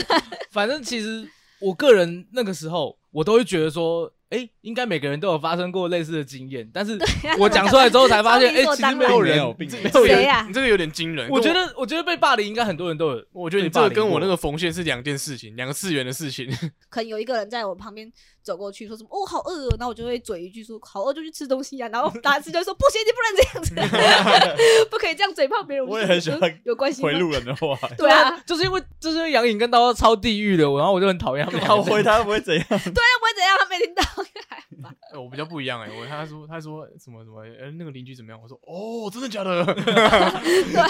S4: 反正其实我个人那个时候，我都会觉得说，哎、应该每个人都有发生过类似的经验，但是
S1: 对啊
S4: 我讲出来之后 才发现，
S1: 超
S4: 哎、
S1: 理所
S4: 其实
S1: 当
S4: 没
S1: 然
S4: 有
S3: 并没有并
S4: 人
S3: 没有
S4: 有
S1: 谁
S4: 人。
S1: 呀
S2: 你？ 这个有点惊人。
S4: 我觉
S2: 跟
S4: 得，我觉得被霸凌应该很多人都有。
S2: 我，我觉得你
S4: 被
S2: 这个
S4: 霸凌
S2: 跟我
S4: 过
S2: 那个缝线是两件事情，两个次元的事情。
S1: 可能有一个人在我旁边走过去，说什么“哦，好饿哦”，然后我就会嘴一句说“好饿就去吃东西啊”，然后大家吃就说“不行，你不能这样子， 不可以这样嘴炮别人”就
S3: 我
S1: 说。
S3: 也很喜欢
S1: 嗯有关系吗
S3: 回路人的 话，
S1: 对啊，
S4: 就是因为就是因为杨颖跟刀刀超地狱的，我然后我就很讨厌他们两
S3: 他
S4: 个。
S3: 回他不会怎样。
S1: 那不会怎样，他没听到。
S2: 哎我比较不一样哎、我他说他说什么什么，呃，那个邻居怎么样？我说哦，真的假的？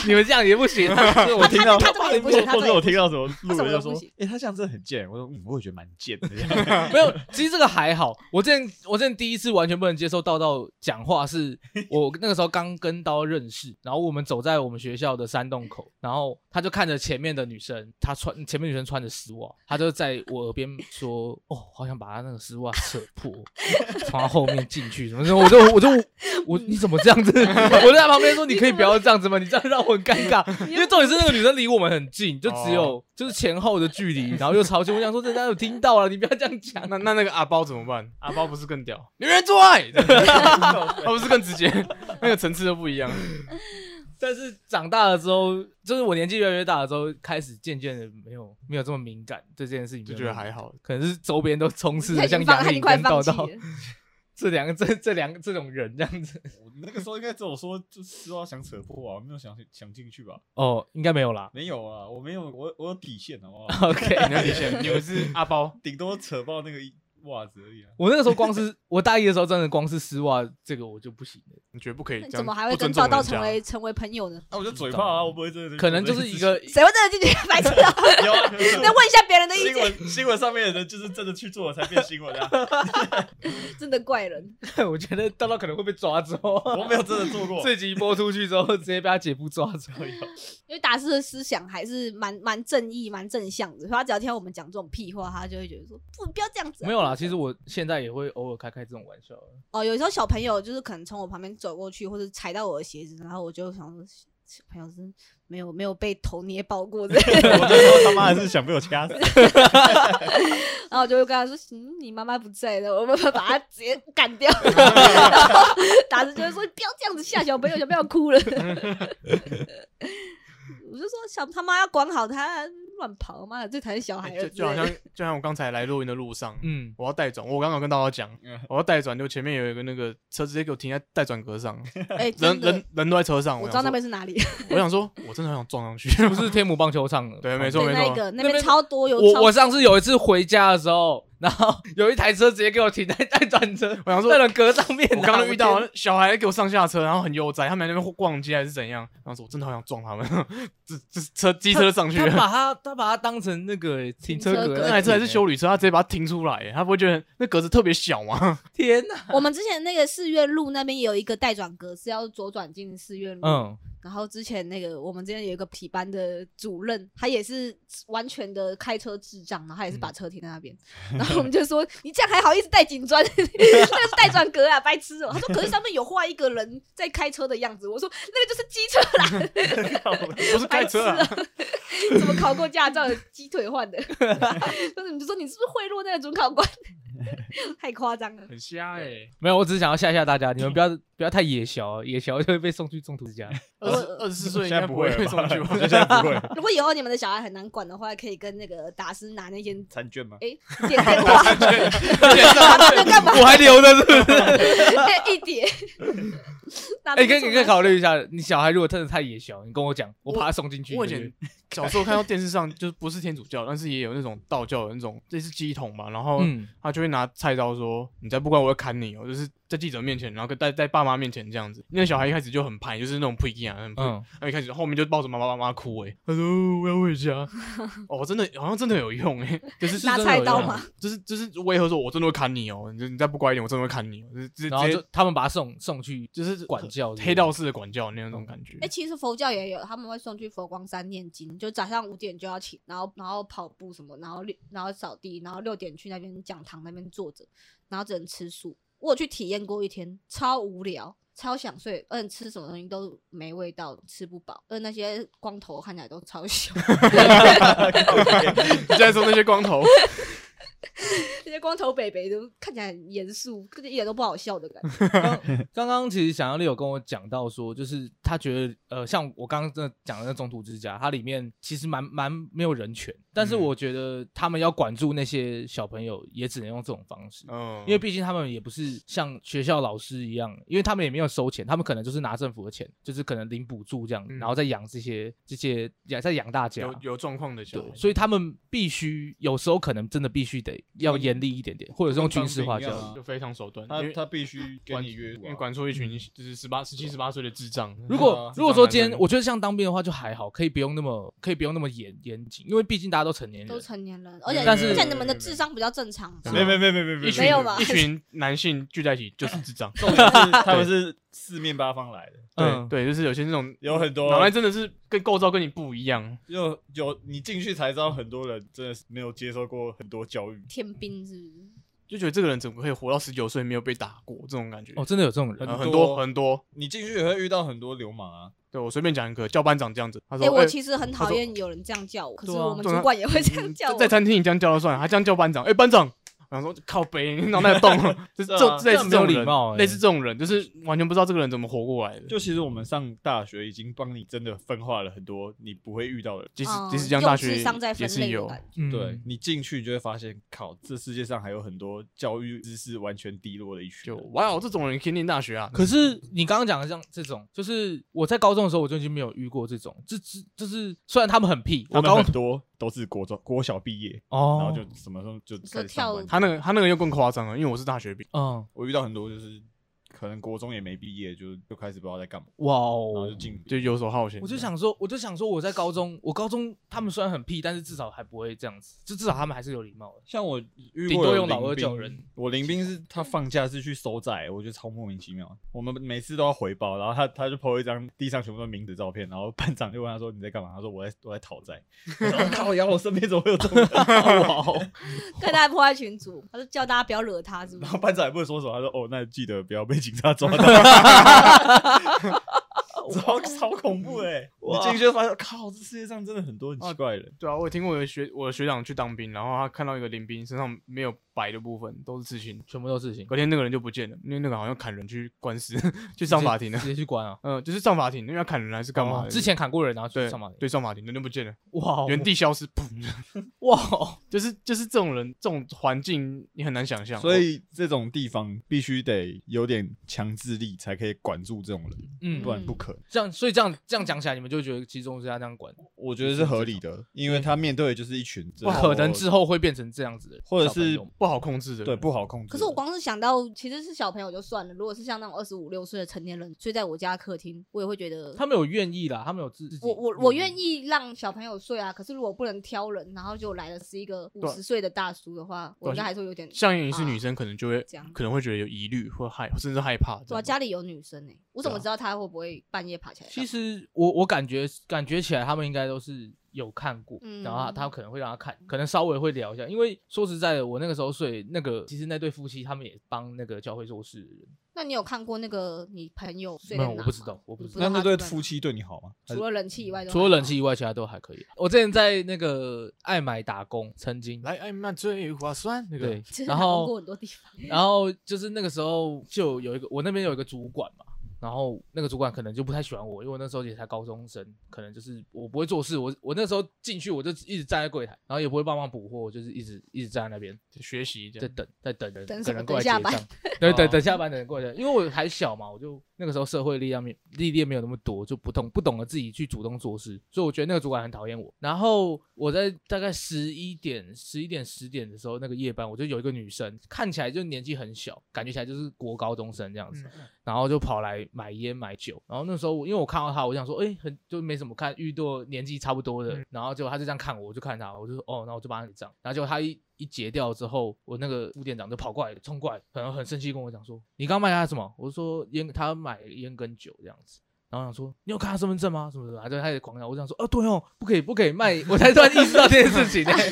S4: 你们这样也不行。啊
S3: 就是我听到
S1: 他这个也不行他这
S3: 或
S1: 个
S3: 者
S1: 也
S3: 我
S1: 不行
S3: 听到什么
S1: 他
S3: 路人就
S1: 什么都不
S3: 说
S1: 行：“
S3: 哎，他这样真的很贱。”我说：“嗯，我也觉得蛮贱的。
S4: 没有，其实这个还好。我之前我之前第一次完全不能接受道道讲话是，我那个时候刚跟刀认识，然后我们走在我们学校的山洞口，然后他就看着前面的女生，她穿前面女生穿着丝袜，啊他就在我耳边说：“哦，好想把她那个丝袜扯破，从她后面进去什么什么。”我 就我就我你怎么这样子？我就在旁边说：“你可以不要这样子吗？你这样让我很尴尬。”因为重点是那个女生离我们很近，就只有就是前后的距离， 然后又超近。我想说，人家有听到了，你不要这样讲。
S2: 那那那个阿包怎么办？阿包不是更屌？ 女人做爱，他不是更直接？ 那个层次都不一样。
S4: 但是长大了之后，就是我年纪越来越大了之后，开始渐渐的没有没有这么敏感，对这件事情
S2: 就
S4: 没有
S2: 觉得
S4: 那么
S2: 还
S4: 敏感，
S2: 好。
S4: 可能是周边都充斥
S1: 他
S4: 着
S1: 已
S4: 像
S1: 经放，他
S4: 杨
S1: 已经
S4: 颖
S1: 快
S4: 跟道
S1: 放弃了
S4: 道。 这两个这这两个这种人这样 子。”
S3: 我那个时候应该只有说，就丝袜想扯破啊，我没有想想进去吧？
S4: 哦，应该没有啦。
S3: 没有啊，我没有，我我有底线好不好？
S4: OK，
S2: 你要底线， 你们是阿包，
S3: 顶多扯爆那个衣袜子而已啊。
S4: 我那个时候光是我大一的时候，真的光是丝袜这个我就不行了，
S2: 你觉得不可以
S1: 那
S2: 这
S1: 你
S2: 样？
S1: 怎么还会
S2: 不尊
S1: 跟
S2: 重
S1: 赵道
S2: 人家
S1: 成为成为朋友呢？
S3: 那我就嘴炮啊，我不会真的去做
S4: 可能
S3: 这
S4: 就
S3: 件
S4: 是
S3: 事
S4: 一
S3: 情。
S4: 个
S1: 谁会真的进去白痴啊？
S3: 有啊，可是
S1: 那问一下别人的意
S3: 新
S1: 见，
S3: 闻新闻上面的人就是真的去做了才变新闻啊，
S1: 真的怪人。
S4: 我觉得道道可能会被抓走。
S3: 我没有真的做过。
S4: 这集播出去之后，直接被他姐夫抓走。
S1: 因为达斯的思想还是蛮蛮正义、蛮正向的，所以他只要听到我们讲这种屁话，他就会觉得说不，不要这样子啊、
S4: 没有啦，其实我现在也会偶尔开开这种玩笑。
S1: 哦，有时候小朋友就是可能从我旁边走过去，或者踩到我的鞋子，然后我就想说，小朋友真没有没有被头捏爆过的，
S3: 我那时候他妈的是想被我掐 死，
S1: 然后我就会跟他说，嗯，你妈妈不在了，我们把他直接干掉。 然后达斯就会说，不要这样子吓小朋友，小朋友哭了。 我就说小他妈要管好他，乱跑，妈的最讨厌小孩
S2: 哎
S1: 了
S2: 就
S1: 之类的。
S2: 就好像就像我刚才来录音的路上，
S4: 嗯，
S2: 我要带转，我刚刚跟大家讲
S3: 嗯，
S2: 我要带转，就前面有一个那个车直接给我停在带转格 上，
S1: 哎、
S2: 人
S1: 真的
S2: 人人都在车上，
S1: 我
S2: 我
S1: 知道
S2: 想
S1: 那
S2: 说，
S1: 边是哪里，
S2: 我想说，我真的好想撞上 去，
S4: 不是天母棒球场的。
S2: 对没错
S1: 对那个那边
S4: 边
S1: 超多有
S4: 我
S1: 超
S4: 我上次有一次回家的时候，然后有一台车直接给我停在待转车，
S2: 我想说
S4: 在人格上面 啊。
S2: 我刚刚遇到
S4: 我天
S2: 小孩给我上下车，然后很悠哉，他们在那边逛街还是怎样，然后说我真的好想撞他们， 这这车机车上去
S4: 他
S2: 了。
S4: 把他他把他当成那个欸停车
S1: 停车
S4: 格
S1: 格
S4: 在
S2: 那
S4: 停欸，
S2: 台车还是修理车，他直接把它停出来，他不会觉得那格子特别小吗？
S4: 天哪！
S1: 我们之前那个四月路那边也有一个待转格是要左转进四月路，
S4: 嗯，
S1: 然后之前那个我们之前有一个体班的主任，他也是完全的开车智障，然后他也是把车停在那边，然后我们就说你这样还好意思带警砖， 那个是带转格啊，白痴哦、他说可是上面有画一个人在开车的样子，我说那个就是机车 啦，
S2: 不是开车啊，
S1: 怎么考过驾照的鸡腿换的？但是你就说你是不是贿赂那个准考官？ 太夸张了。
S2: 很瞎哎。
S4: 没有，我只是想要吓吓大家，你们不要不要太野小，野小就会被送去中途 之家。
S2: 二十二十四岁应
S3: 现
S2: 该
S3: 在
S2: 不
S3: 会
S2: 会被送去
S3: 吧？
S2: 吧
S3: 我觉得现在不会。
S1: 如果以后你们的小孩很难管的话，可以跟那个达斯拿那间
S3: 残卷吗？
S1: 哎点电话， 拿那个干嘛？哎
S4: 我还留着是不是？
S1: 一叠。拿那
S4: 哎，可
S1: 个做
S4: 以你可以
S1: 什么
S4: 考虑一下，你小孩如果真的太野小，你跟我讲，我
S2: 我
S4: 把他送进去。
S2: 我以前 小时候看到电视上，就是不是天主教，但是也有那种道教的那种，这是鸡桶嘛，然后
S4: 嗯，
S2: 他就会拿菜刀说：“你再不乖，我会砍你哦！”就是在记者面前，然后跟在在爸妈面前这样子。那个小孩一开始就很叛逆，就是那种 p r 啊，很叛逆
S4: 嗯，
S2: 然后一开始后面就抱着妈妈妈妈哭、欸，哎，他说我要回家。 哦，真的好像真的有用哎、就是
S1: 拿
S4: 真的
S1: 菜
S4: 有
S1: 刀
S4: 用啊
S1: 吗？
S2: 就是就是威吓说，我真的会砍你哦，你你再不乖一点，我真的会砍你哦，就是直
S4: 然后
S2: 接
S4: 就他们把他送送去
S2: 就是
S4: 管教之类的
S2: 黑道式的管教那种感觉
S1: 哎、。其实佛教也有，他们会送去佛光山念经，就早上五点就要起，然后然后跑步什么，然后六然后扫地，然后六点去那边讲堂那边坐着，然后只能吃素。我有去体验过一天，超无聊，超想睡，嗯，吃什么东西都没味道，吃不饱，而那些光头看起来都超凶，
S2: 你现在说那些光头，
S1: 这些光头北北都看起来很严肃，可是一点都不好笑的感觉。
S4: 刚刚其实想要丽有跟我讲到说，就是他觉得呃，像我刚刚真的讲的那《中途之家》，它里面其实蛮蛮没有人权，但是
S2: 嗯
S4: 我觉得他们要管住那些小朋友，也只能用这种方式。
S2: 嗯，
S4: 因为毕竟他们也不是像学校老师一样，因为他们也没有收钱，他们可能就是拿政府的钱，就是可能领补助这样，
S2: 嗯
S4: 然后再养这些这些养再养大家。
S2: 有有状况的小
S4: 啊对
S2: 孩，，
S4: 所以他们必须有时候可能真的必须得要严厉一点点，或者是用军事化教
S3: 当兵一样
S4: 育
S3: 啊。
S2: 就非常手段，因
S3: 他
S2: 为
S3: 他必须跟你约
S2: 因为管出一
S4: 嗯
S2: 群就是十八、十七、十八岁的智障。
S4: 如
S3: 对
S4: 果
S3: 啊
S4: 如果说
S2: 智障男生
S4: 今天我觉得像当兵的话就还好，可以不用那么可以不用那么严严谨，因为毕竟大家都成年人
S1: 都。成年人，而且
S4: 但是
S1: 像你们的智商比较正常吧，
S3: 没没没没没
S2: 一群
S1: 没有吧
S2: 一群男性聚在一起就是智 障，
S3: 重点 是他们是四面八方来的，
S4: 嗯
S2: 对对，就是有些那种
S3: 有很
S4: 哦
S3: 多
S2: 脑袋真的是跟构造跟你不一样，
S3: 有有你进去才知道，很多人真的是没有接受过很多教育，
S1: 天兵是不是？
S2: 就觉得这个人怎么可以活到十九岁没有被打过这种感觉。
S4: 哦，真的有这种人
S2: 呃
S3: 很
S2: 很
S3: 多
S2: 多很多，
S3: 你进去也会遇到很多流氓啊。
S2: 对我随便讲一个教班长这样子，他
S1: 哎、
S2: 说：“
S1: 我
S2: 哎
S1: 其实很讨厌有人这样叫我，可是
S4: 对啊啊嗯
S1: 我们主管也会这样
S2: 嗯
S1: 叫
S2: 在
S1: 我。
S2: 在餐厅你这样叫就算了，他这样叫班长，哎、班长，然后说靠北，你脑袋有洞， 就是这种
S3: 这
S2: 类
S4: 啊样
S2: 似这
S4: 没有
S2: 种
S4: 礼
S2: 人
S4: 貌欸
S2: 类似这种人，就是完全不知道这个人怎么活过来的。
S3: 就其实我们上大学已经帮你真的分化了很多你不会遇到的人。
S2: 即使
S1: 嗯
S2: 即使江大
S1: 用
S2: 学
S1: 智商在
S2: 也
S1: 分
S2: 是
S1: 类的
S2: 有，
S1: 感觉。
S4: 嗯
S3: 对你进去，你就会发现，靠，这世界上还有很多教育知识完全低落的一群
S2: 就
S3: 人。
S2: 哇哦，这种人可以念大学啊，
S4: 可是你刚刚讲的像这种，就是我在高中的时候我就已经没有遇过这种，这这就是虽然他们很屁，
S3: 他
S4: 我
S3: 们
S4: 高
S3: 很多都是国中、国小毕业，然后
S4: 哦，
S3: 就什么时候就开
S1: 说
S3: 始
S1: 跳
S3: 上
S1: 舞
S3: 班。
S2: 他那个他那个又更夸张了，因为我是大学毕业，
S4: 嗯，
S3: 我遇到很多就是可能国中也没毕业，就就开始不知道在干嘛，
S4: 哇
S3: 然后
S4: 哦
S3: 就，进
S2: 就游手好闲。
S4: 我就想说，我就想说我在高中，我高中他们虽然很屁，但是至少还不会这样子，就至少他们还是有礼貌的。
S3: 像我遇
S4: 顶
S3: 过
S4: 多
S3: 有
S4: 用老
S3: 林
S4: 二
S3: 兵
S4: 叫人，
S3: 我林兵是他放假是去收债，我觉得超莫名其妙。我们每次都要回报，然后他他就 po 一张地上全部都是名字照片，然后班长就问他说你在干嘛？他说我在我在讨债。我说哦靠呀，我身边怎么会有这种人？哇哦！
S1: 对，大家破坏群主，他就叫大家不要惹他，是不
S3: 然
S1: 是
S3: 后？班长也不说什么，他说哦，那记得不要被警察抓到。 超超恐怖哎、你进去就发现，靠，这世界上真的很多很奇怪的人。
S2: 对啊，我也听过我的学我的学长去当兵，然后他看到一个林兵身上没有白的部分都是刺青，
S4: 全部都是事情，
S2: 隔天那个人就不见了，因为那个好像砍人去官司 去上法庭了
S4: 直。接去关啊！
S2: 嗯，就是上法庭，因为要砍人还是干嘛的？
S4: 之前砍过人，然后去
S2: 对
S4: 上法庭。哦
S2: 对上法庭，人就不见了，
S4: 哇，
S2: 原地消失，砰！
S4: 哇哦，
S2: 就是就是这种人，这种环境你很难想象。哦
S3: 所以这种地方必须得有点强制力，才可以管住这种人，
S4: 嗯
S3: 不，然不可能。
S4: 这样，所以这样这样讲起来，你们就会觉得其实中之家这样管，
S3: 我觉得是合理的，因为他面对的就是一群
S4: 不可能
S3: 哦
S4: 之后会变成这样子的，
S3: 或者是
S2: 不好控制的人，
S3: 对不好控制。
S1: 可是我光是想到，其实是小朋友就算了，如果是像那种二十五六岁的成年人睡在我家客厅，我也会觉得
S4: 他们有愿意啦，他们有自己，嗯
S1: 我我我愿意让小朋友睡啊。可是如果不能挑人，然后就来的是一个五
S2: 对
S1: 十岁的大叔的话，
S4: 啊
S1: 我应该还是会有点
S2: 像你是女生，可能就会
S1: 这样。
S2: 可能会觉得有疑虑或害，甚至害怕。
S1: 对啊，家里有女生呢、我怎么知道她会不会半夜爬起来？
S4: 啊其，实我我感觉感觉起来，他们应该都是有看过，
S1: 嗯
S4: 然后他他可能会让他看，可能稍微会聊一下。因为说实在的，我那个时候睡那个，其实那对夫妻他们也帮那个教会做事的人，
S1: 那你有看过那个你朋友睡
S4: 没
S1: 在哪
S4: 有我
S1: 吗
S4: 不知道我不
S1: 你
S4: 知
S3: 那
S1: 他
S3: 那
S1: 住
S3: 对
S1: 在
S3: 夫
S1: 哪
S3: 妻对你好吗？还是
S1: 除了冷气以外都还好，
S4: 除了 冷气以外，其他都还可以。我之前在那个爱买打工，曾经
S2: 来艾曼最划算那个
S4: 对，
S1: 其实
S4: 然
S1: 打工
S4: 后
S1: 过很多地方，
S4: 然后就是那个时候就有一个我那边有一个主管嘛，然后那个主管可能就不太喜欢我，因为我那时候也才高中生，可能就是我不会做事，我我那时候进去我就一直站在柜台，然后也不会帮忙补货，我就是一直一直站在那边
S2: 学习这
S4: 在
S2: 样。
S4: 等在等人
S1: 等什
S4: 等
S1: 么
S4: 人过来
S1: 等下
S4: 结
S1: 班
S4: 账， 对等
S2: 哦
S4: 等下班等人过来结账，因为我还小嘛，我就那个时候社会力量没历练没有那么多，就不懂不懂得自己去主动做事，所以我觉得那个主管很讨厌我。然后我在大概十一点十一点十点的时候，那个夜班我就有一个女生，看起来就年纪很小，感觉起来就是国高中生这样
S2: 嗯
S4: 子，然后就跑来买烟买酒。然后那时候我因为我看到他，我想说，哎、很就没什么看，遇到年纪差不多的，然后结果他就这样看我，我就看他，我就说，哦，那我就帮他结账。然后结果他一一结掉之后，我那个副店长就跑过来冲过来，很很生气跟我讲说，你刚卖他什么？我就说烟，他买烟跟酒这样子。然后想说你有看他身份证吗？什么什么，他就开始狂讲。我想说，哦，对哦，不可以，不可以卖，我才突然意识到这件事情、欸。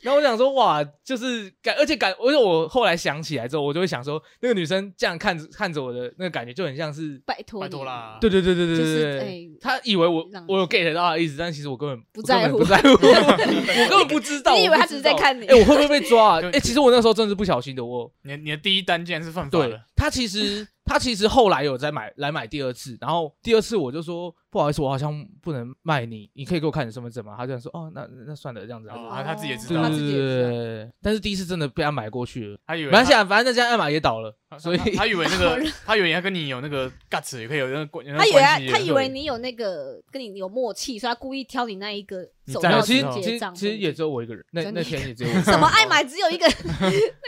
S4: 然后我想说，哇，就是感，而且感，而且我后来想起来之后，我就会想说，那个女生这样看着看着我的那个感觉，就很像是，
S1: 拜托
S2: 拜
S1: 你
S2: 托啦，
S4: 对对对对对
S1: 就
S4: 对
S1: 是
S4: 对，
S1: 哎
S4: 她以为我
S1: 让
S4: 我有 get 到她的意思，但其实我根本
S1: 不在乎
S4: 我根本不在乎，我根本不知道，
S1: 你以为
S4: 我不
S1: 她只是在
S4: 知道
S1: 看你
S4: 哎、我会不会被抓 啊？
S2: 对
S4: 哎、其实我那时候真的是不小心的，我
S2: 你的你的第一单竟然是犯法
S4: 对
S2: 的，
S4: 他其实他其实后来有在买来买第二次，然后第二次我就说不好意思，我好像不能卖你，你可以给我看你身份证吗？他这样说哦，那那算了这 样子啊。
S2: 哦啊他自己也知
S4: 对
S2: 道
S1: 他
S4: 对
S1: 自己
S4: 对
S1: 也
S4: 对
S1: 知道
S4: 对，但是第一次真的被他买过去了。
S2: 他以为他
S4: 反正现在，反正那家艾玛也倒了，
S2: 他
S4: 啊所以
S2: 他他以为那 个，他以为他跟你有那个 guts，也可以有那个关，有那
S1: 他
S2: 个
S1: 以为
S2: 关
S1: 他
S2: 系的
S1: 他以为你有那个跟你有默契，所以他故意挑你那一个
S2: 你
S1: 走
S2: 在
S1: 到
S2: 的
S4: 其
S2: 时
S4: 实
S2: 候
S4: 其
S1: 结
S4: 实
S1: 账。
S4: 其实也只有我一个人，那
S1: 就
S4: 那
S1: 你
S4: 天也只有我一个人。
S1: 什么哦爱买只有一个，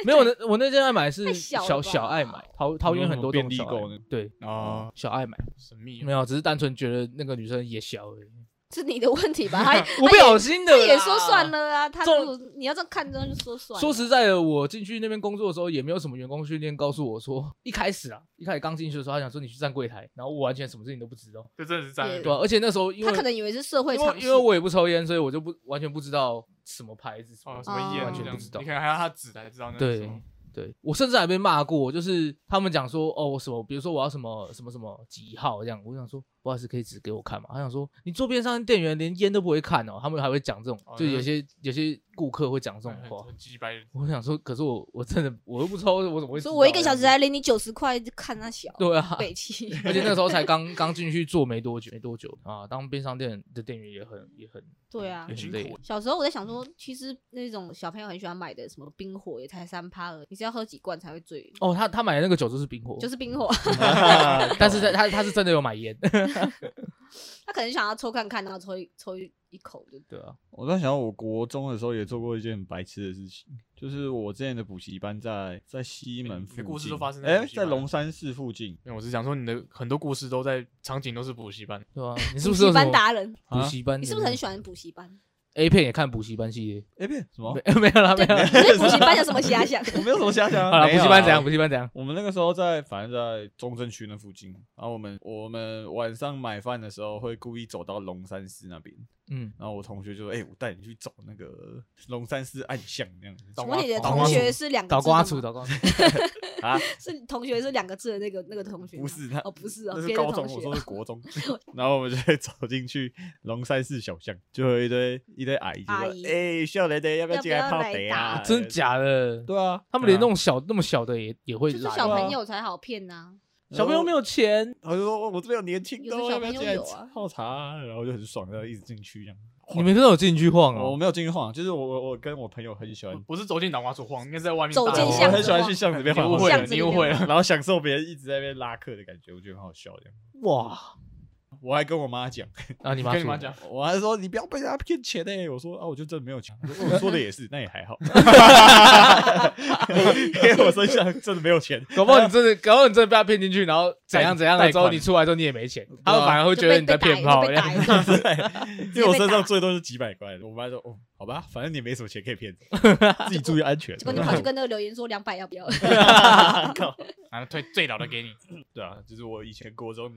S4: 没有，那我那间爱买是
S1: 太小了
S4: 小
S1: 吧
S4: 小爱买，桃桃园很多这
S3: 便
S4: 种
S3: 利
S4: 小爱
S3: 购
S4: 买
S3: 那个
S4: 对
S2: 哦，
S4: 小爱买
S2: 神秘
S4: 没
S2: 哦，
S4: 有，只是单纯觉得那个女生也小而已。
S1: 是你的问题吧？他
S4: 我不小心的
S1: 他也说算
S4: 了。
S1: 了啊，他
S4: 这
S1: 如果你要这样看着就说算了。
S4: 说实在的，我进去那边工作的时候，也没有什么员工训练告诉我说，一开始啊，一开始刚进去的时候，他想说你去站柜台，然后我完全什么事情都不知道，
S2: 这真的是哦诈
S1: 也
S2: 骗
S4: 对、。啊、而且那时候因为
S1: 他可能以为是社会
S4: 因为
S1: 常识
S4: 因为，我也不抽烟，所以我就不完全不知道什么牌子什么
S2: 哦，什么烟这
S1: 哦完全
S2: 样
S4: 不
S2: 子
S4: 知道
S2: 你可能还要他指才知道那是什
S4: 对
S2: 么。
S4: 对，我甚至还被骂过，就是他们讲说哦，我什么，比如说我要什么什么什么几号这样，我想说不好意思，可以指给我看嘛？他想说你桌边上的店员连烟都不会看哦，他们还会讲这种，
S2: 哦
S4: 就
S2: 那哎
S4: 有些有些顾客会讲这种
S2: 很
S4: 话。
S2: 很鸡掰的。
S4: 我想说，可是我我真的我又不抽，我怎么会知道这样子？
S1: 所以我一个小时才领你九十块，就看他小
S4: 对啊，
S1: 北气。
S4: 而且那时候才刚刚进去做没多久，没多久啊，当便利商店的店员也很也很
S1: 对啊
S4: 也
S2: 很
S4: 很
S2: 辛
S4: 累
S2: 苦。
S1: 小时候我在想说，其实那种小朋友很喜欢买的什么冰火也才三趴而已，你是要喝几罐才会醉，
S4: 哦，嗯他他买的那个酒就是冰火，
S1: 就是冰火。
S2: 啊
S4: 但是他他他是真的有买烟，
S1: 他可能想要抽看看，然后抽一抽一一口就
S4: 对啊，
S3: 我在想，我国中的时候也做过一件很白痴的事情，就是我之前的补习班在在西
S2: 你
S3: 门附
S2: 的
S3: 近，
S2: 故事都发生在
S3: 哎、
S2: 补习
S3: 在
S2: 班
S3: 龙山寺附近。
S2: 因为我是想说，你的很多故事都在场景都是补习班，
S4: 对啊，你是
S1: 补
S4: 不是
S1: 习
S4: 有什么
S1: 班达人，
S4: 补习班？
S1: 你是不是很喜欢补习班？
S4: A 片也看补习班系列？
S3: 哎、别什么？
S4: 没 没有 啦，没
S1: 对，
S4: 有啦。
S1: 你对补习班有什么遐 想？
S3: 我没有什么遐想啊。
S4: 好了，
S3: 没
S4: 补
S3: 有
S4: 习班怎
S3: 啊
S4: 样？补习班怎样？
S3: 我们那个时候在，反正在中正区那附近。然后我们我们晚上买饭的时候，会故意走到龙山寺那边。
S4: 嗯，
S3: 然后我同学就说：“哎、我带你去找那个龙山寺暗巷那样子。
S2: 懂
S1: 请问你的
S2: 倒
S4: 啊
S1: 同
S2: 瓜
S1: 学是两个
S4: 倒
S1: 字的
S4: 瓜
S1: 吗
S4: 厨，倒瓜厨。”
S3: 啊，
S1: 是同学是两个字的那个那个同学吗？
S3: 不是他
S1: 哦，不是哦，
S3: 那是
S1: 别的
S3: 高中
S1: 同，学
S3: 我说是 国中。然后我们就会走进去龙山寺小巷，就有一堆一堆阿姨就
S1: 阿
S3: 说：“
S1: 姨
S3: 哎，笑雷雷，要不
S1: 要
S3: 进
S1: 不
S3: 来
S1: 要
S3: 泡
S1: 来
S3: 茶
S1: 打
S3: 啊？”
S4: 真？假的？
S3: 对啊，
S4: 他们连那种小那么小的也也会
S1: 就是
S4: 来
S1: 小
S4: 吗，
S1: 朋友才好骗啊 呐。
S4: 小朋友没有 钱，
S3: 然后就说：“我这边有年轻的
S1: 有
S3: 哦，
S1: 的小
S3: 要不要
S1: 朋友
S3: 进来
S1: 有啊
S3: 泡茶啊？”然后就很爽，然后一直进去这样。
S4: 你们都有进去晃
S3: 我
S4: 哦。
S3: 没有进去晃，就是我我我跟我朋友很喜欢，
S2: 不是走进脑瓜所晃，应该是在外面
S1: 走
S2: 大
S1: 进
S2: 晃
S1: 巷
S3: 啊我
S1: 子
S3: 很喜欢去巷子里面
S2: 你
S3: 晃
S2: 误
S3: 晃
S2: 会
S3: 晃，
S2: 了，
S1: 巷子里
S2: 你
S1: 面
S2: 误会 了。
S3: 然后享受别人一直在那边拉客的感觉，我觉得很好笑这样。
S4: 哇！
S3: 我还跟我妈讲，
S4: 啊，你妈
S2: 跟你
S4: 说
S2: 妈讲，
S3: 我还说你不要被他骗钱呢、我说啊，我就真的没有钱。我说我说的也是，那也还好，因为我身上真的没有钱。
S4: 搞不好你真的，搞不好你真的被他骗进去，然后怎样怎样了
S3: 贷
S4: 之后，
S3: 款
S4: 你出来之后你也没钱，他
S3: 啊
S4: 们反而会觉得你在骗炮
S1: 就。被打，就被打一顿
S3: 因为我身上最多是几百块，我妈说哦，好吧，反正你没什么钱可以骗，自己注意安全。
S1: 结果你跑去跟那个留言说两百要不 要？
S3: 靠
S2: 啊，推最老的给你，
S3: 对啊，就是我以前国中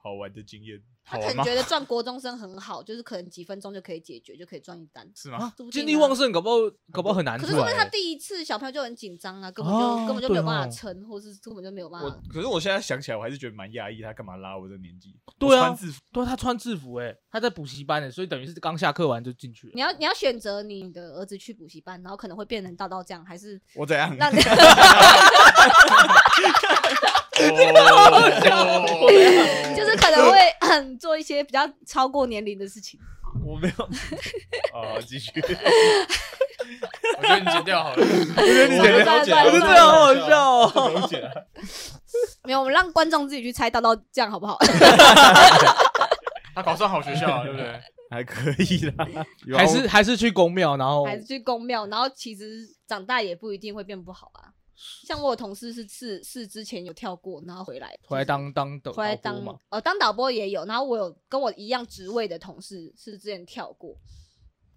S3: 好玩的经验。
S1: 他
S2: 好
S4: 哦
S1: 可
S2: 玩
S1: 能
S2: 吗
S1: 觉？ 得赚国中生很好，就是可能几分钟就可以解决，就可以赚一单。
S2: 是吗？
S1: 说不定
S4: 精
S1: 啊
S4: 力旺盛，搞不好搞不好很难
S1: 可
S4: 出
S1: 是因为他
S4: 来。欸
S1: 第一次小朋友就很紧张啊，根本
S4: 哦
S1: 就根本就没有
S4: 对
S1: 办法
S4: 哦
S1: 撑，或是根本就没有办
S3: 我
S1: 法。
S3: 可是我现在想起来，我还是觉得蛮压抑，他干嘛拉我这年纪？
S4: 对
S3: 我
S4: 啊
S3: 穿制服
S4: 对啊，他穿制服哎，他在补习班哎，所以等于是刚下课完就进去了
S1: 你。要你要选择你的儿子去补习班，然后可能会变成道道这样，还是
S3: 我怎样？
S1: 让你 就是可能会 嗯做一些比较超过年龄的事情。
S3: 我没有。啊，继续。
S2: 我觉得你剪掉好了。
S3: 我觉得你
S1: 剪掉
S3: 剪，
S1: 我觉得这样
S4: 好好笑哦
S3: 不用剪啊。
S1: 没有，我们让观众自己去猜道道这样好不好？
S2: 他考上好学校啊，对不对？
S3: 还可以啦，有啊
S4: 还是还是去公庙，然后
S1: 还是去公庙？然后其实长大也不一定会变不好啊。像我有同事是是是之前有跳过，然后回来
S4: 回来当当导
S1: 回来
S4: 导播
S1: 当
S4: 嘛。
S1: 呃当导播也有，然后我有跟我一样职位的同事是之前跳过，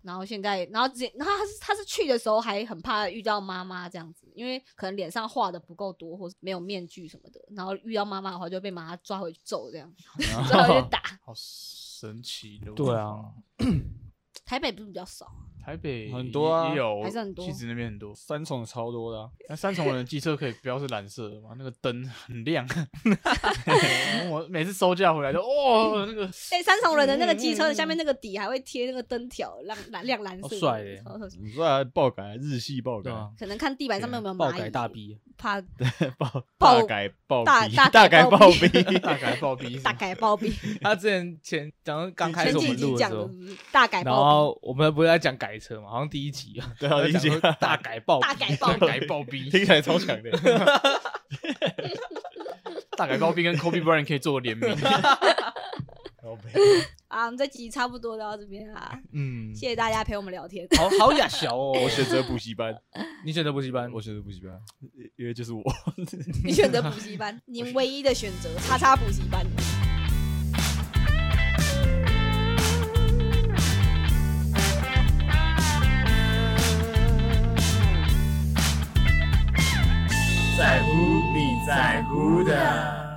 S1: 然后现在，然后直接，然后他是他是去的时候还很怕遇到妈妈这样子，因为可能脸上画的不够多，或是没有面具什么的，然后遇到妈妈的话就被妈妈抓回去揍这样， 抓回去打。
S2: 好神奇的文化。
S4: 对啊，
S1: 台北不是比较少，
S2: 台北
S3: 很多啊
S2: 也有
S1: 还是很多
S2: 戏子那边很多。
S3: 三重超多的、啊，
S2: 那三重人的机车可以不要是蓝色的吗？那个灯很 亮。我每次收假回来都哦，那个
S1: 哎、三重人的那个机车的下面那个底还会贴那个灯条，亮蓝亮蓝色的，
S4: 好帅欸耶
S1: 超恶心
S3: 你说还爆改日系爆改
S4: 对啊，
S1: 可能看地板上面有没有
S4: 爆
S1: 蚂蚁，
S4: 改大逼，
S1: 怕
S3: 爆
S1: 爆
S3: 大改爆
S1: 大
S3: 逼
S1: 大
S3: 大
S1: 改
S3: 改
S1: 爆
S3: 爆
S1: 逼
S3: 逼，
S2: 大改暴毙。
S1: 大改暴 毙。
S4: 他之前前讲刚
S1: 前
S4: 开始我
S1: 几
S4: 们
S1: 集
S4: 录的
S1: 讲
S4: 时
S1: 的
S4: 候
S1: 是。不是大改
S4: 然
S1: 暴
S4: 后我们不是在讲改车嘛，好像第一集啊，
S3: 对啊
S4: 在 讲
S3: 第一集
S4: 说大改报，
S1: 毙， 大改暴
S2: 大
S1: 毙，
S2: 改暴毙，
S3: 听起来超强的。
S2: 大改暴毙跟 Kobe Bryant 可以做联名。
S3: 靠北
S1: 啊，我们这集差不多到这边啦，
S2: 嗯，
S1: 谢谢大家陪我们聊天。
S4: 好好雅小哦。
S3: 我选择补习班，
S4: 你选择补习班，
S3: 我选择补习班，因因为就是我。
S1: 你选择补习班，你唯一的选择，叉叉补习班。
S5: 在乎你在乎的。